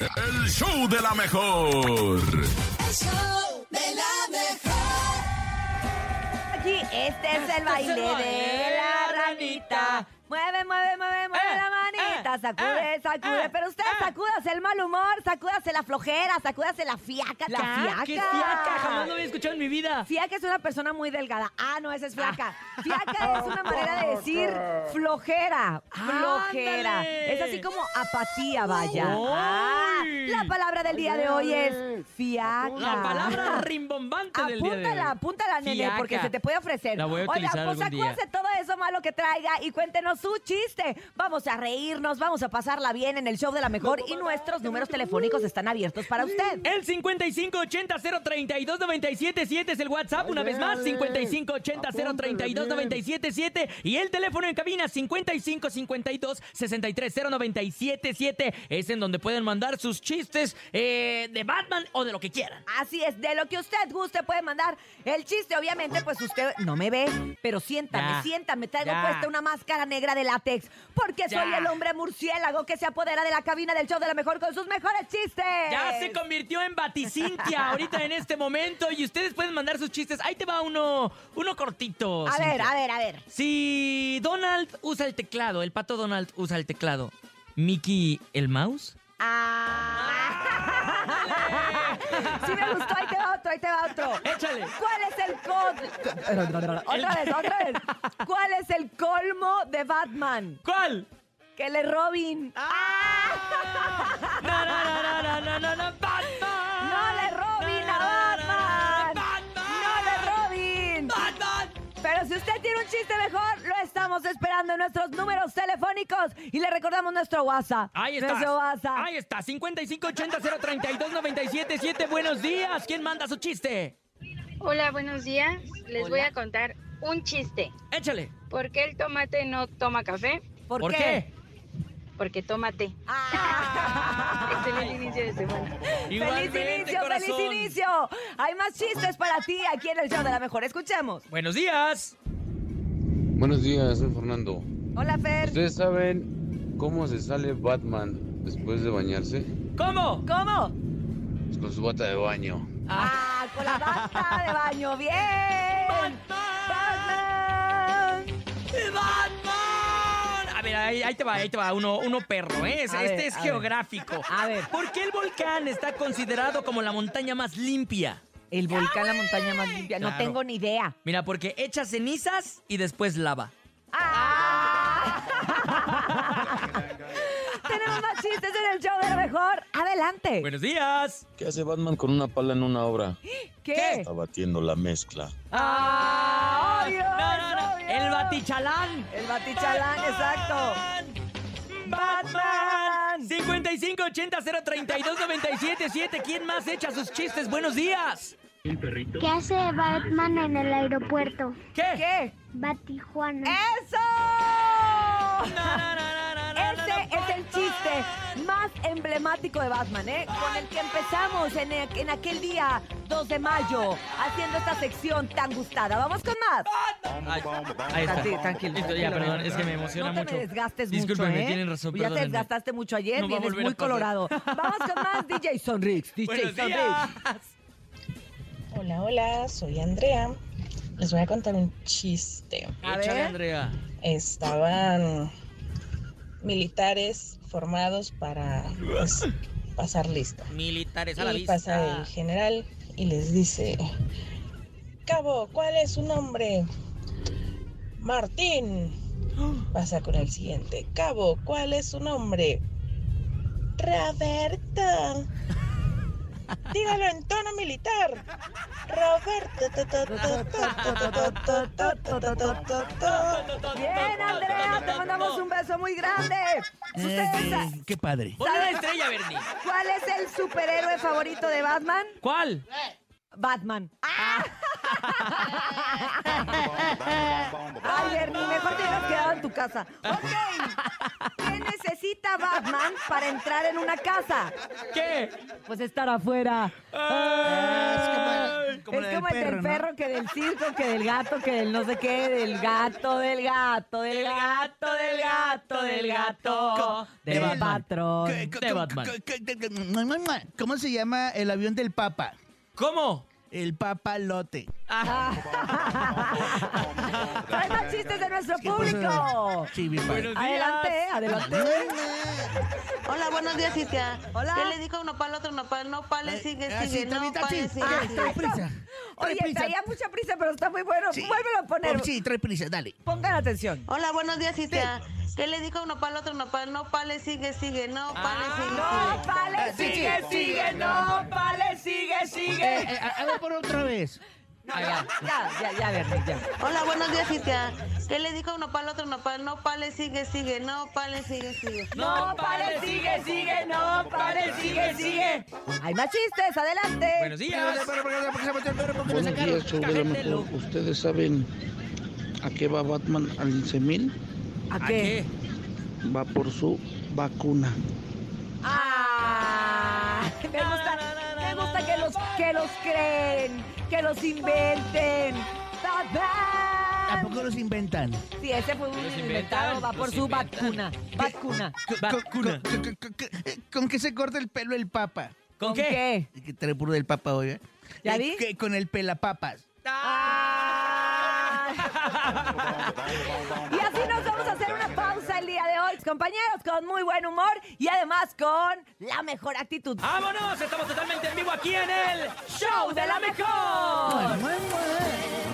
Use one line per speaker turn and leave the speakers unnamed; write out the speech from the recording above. El show de la mejor.
El show de la mejor.
Aquí, este es el baile de la ranita. Mueve, mueve, mueve, mueve
Eh,
la manita.
eh,
Sacude,
eh,
sacude.
eh,
Pero usted
eh.
sacúdase el mal humor, sacúdase la flojera, sacúdase la fiaca.
La
acá.
fiaca. ¿Qué fiaca? Jamás lo había escuchado en mi vida.
Fiaca es una persona muy delgada. Ah, no, esa es flaca.
Ah.
Fiaca es una manera de decir flojera. Flojera.
Ándale.
Es así como apatía, vaya.
Uy.
Ah, la palabra del día de hoy es fiaca.
La palabra rimbombante del
Ah.
día de hoy.
Apúntala, apúntala, nene,
Fiaca.
porque se te puede ofrecer.
La voy a
Oiga,
utilizar
pues
algún día.
acuérdese todo eso malo que traiga y cuéntenos su chiste. Vamos a reírnos, vamos a pasarla bien en el show de la mejor y nuestros números telefónicos están abiertos para usted.
El 5580-032-977 es el WhatsApp, una vez más, 5580-032-977 y el teléfono en cabina 5552-630977 es en donde pueden mandar sus chistes eh, de Batman o de lo que quieran.
Así es, de lo que usted guste puede mandar el chiste. Obviamente, pues usted no me ve, pero siéntame,
Ya,
siéntame. Traigo
ya.
puesta una máscara negra de látex, porque soy
Ya.
el hombre murciélago que se apodera de la cabina del show de la mejor con sus mejores chistes.
Ya se convirtió en Baticintia ahorita en este momento y ustedes pueden mandar sus chistes. Ahí te va uno, uno cortito.
A ver,
Cintia.
a ver, a ver.
Si Donald usa el teclado, el pato Donald usa el teclado, ¿Mickey el mouse?
Ah. Sí me gustó, ahí te va otro, ahí te va otro.
Échale.
¿Cuál es el colmo? Otra vez, otra vez. ¿Cuál es el colmo de Batman?
¿Cuál?
Que le robin.
Ah. Na, na, na, na, na, na, na, ¡Batman!
¡No le robin
Na,
a
na, na, na, na,
Batman! ¡No
¡Batman!
le robin!
¡Batman!
Pero si usted tiene un chiste mejor, lo estamos esperando en nuestros números telefónicos y le recordamos nuestro WhatsApp.
Ahí está.
Nuestro WhatsApp.
Ahí está. 5580-032-977. Buenos días. ¿Quién manda su chiste?
Hola, buenos días. Les voy
Hola.
a contar un chiste.
Échale.
¿Por qué el tomate no toma café?
¿Por,
¿Por
qué?
qué?
Porque tomate.
Ah.
Excelente inicio de semana.
¡Feliz
Igualmente,
inicio,
corazón.
feliz inicio! Hay más chistes para ti aquí en el show de la mejor. Escuchemos.
Buenos días.
Buenos días, soy Fernando.
Hola, Fer.
¿Ustedes saben cómo se sale Batman después de bañarse?
¿Cómo?
¿Cómo?
Pues con su bata de baño.
Ah, con la bata de baño. ¡Bien! ¡Batman!
¡Batman! A ver, ahí, ahí te va, ahí te va, uno, uno perro, ¿eh? Es-
A
este
ver,
es
a ver.
geográfico.
A ver.
¿Por qué el volcán está considerado como la montaña más limpia?
El volcán, la montaña más limpia. No
Claro.
tengo ni idea.
Mira, porque echa cenizas y después lava.
¡Ah! Tenemos más chistes en el show de lo mejor. Adelante.
Buenos días.
¿Qué hace Batman con una pala en una obra?
¿Qué?
batiendo la mezcla.
¡Ah! obvio,
No, no, no.
es obvio.
El batichalán.
El batichalán, exacto.
Batman.
Batman.
5580-032-977. ¿Quién más echa sus chistes? Buenos días.
¿Qué hace Batman en el aeropuerto?
¿Qué?
¿Qué?
Va a Tijuana.
¡Eso!
Na, na, na, na, na, na, na,
Este es el chiste más emblemático de Batman, ¿eh? Con el que empezamos en, e- en aquel día 2 de mayo, haciendo esta sección tan gustada. Vamos con más.
Ay, ahí está.
Tranqui- tranquilo,
Listo, ya,
tranquilo,
perdón,
nena.
es que me emociona
No te
mucho.
me desgastes
Discúlpeme,
mucho, ¿eh?
tienen
Ya
razón,
te
perdónenme.
desgastaste mucho ayer,
No va a
vienes
volver a
muy
pasar.
colorado. Vamos con más DJ Sonrix, DJ
Buenos
Sonrix.
días.
Hola, hola, soy Andrea. Les voy a contar un chiste.
A
Échale,
ver.
Andrea.
Estaban militares formados para pues, pasar lista.
Militares a la
Y
vista.
pasa el general y les dice, Cabo, ¿cuál es su nombre? Martín. Pasa con el siguiente. Cabo, ¿cuál es su nombre? Roberto. Dígalo en tono militar. Roberto.
Bien, Andrea, te mandamos un beso muy grande.
Eh,
Si ustedes sa-
Qué padre. Ponle una estrella, Bernie.
¿Cuál es el superhéroe favorito de Batman?
¿Cuál?
Batman.
Ah.
Ay, Bernie, mejor te hubieras quedado en tu casa. Ok. ¿Qué necesita Batman para entrar en una casa?
¿Qué?
Pues estar afuera.
Ay.
Como la
es
del
como el del
perro, ¿no?
perro que del circo, que del gato, que del no sé qué, del gato, del gato, del gato, del gato, del gato, de
Del-
patrón.
¿Qué- qué-
de
qué-
Batman.
qué- qué- qué- qué- ¿Cómo se llama el avión del Papa?
¿Cómo?
El Papalote.
Trae más chistes de nuestro
¿Qué pasó?
público.
Sí, bien padre.
Buenos días.
Adelante, adelante.
Hola, buenos días, Cintia.
Hola.
¿Qué le dijo uno para el otro? No para no pa'l, sigue,
Ah, sí,
sigue, no
Tabita,
pa'l,
sí.
sigue,
Ah,
sigue.
trae prisa. Trae
Oye,
prisa.
traía mucha prisa, pero está muy bueno.
Sí.
Vuélvelo a poner.
Oh, sí, trae prisa, dale.
Pongan atención.
Hola, buenos días, Cintia. ¿Qué le dijo uno para el otro? No para no pa'l, sigue, sigue, no
Ah,
Ah.
pa'l, sigue,
No, pale,
Ah, sí,
sigue, sigue, no, pale, sigue,
Eh,
sigue.
eh, a a ver, por otra vez.
No, ya, ya, ya, ya, Bernie, ya.
sigue. Hola, buenos días, Cintia. ¿Qué le dijo uno para el otro? No para no pa'l, sigue, sigue, no pa'l, sigue, sigue.
No, pare, sigue, sigue, no, pare, sigue, sigue.
Hay más chistes,
Eh,
adelante.
Buenos días.
Buenos días, show de la mejor. ¿Ustedes saben a qué va Batman al 11000?
¿A qué?
Va por su vacuna.
Ah, me gusta, me gusta que los que los creen, que los inventen. ¡Tatán!
Tampoco los inventan.
Sí, ese fue un inventado,
inventan,
va por
los
su
inventan.
vacuna. Vacuna.
Vacuna.
Con- con- con- con- eh, ¿Con qué se corta el pelo el Papa?
¿Con qué?
Es que trae puro del Papa hoy, ¿eh?
¿Ya
Eh,
vi?
que Con el pelapapas.
Y así nos vamos a hacer una pausa el día de hoy, compañeros, con muy buen humor y además con la mejor actitud.
Ah, ¡Vámonos! Estamos totalmente en vivo aquí en el Show de la Mejor.
Ay, mamá.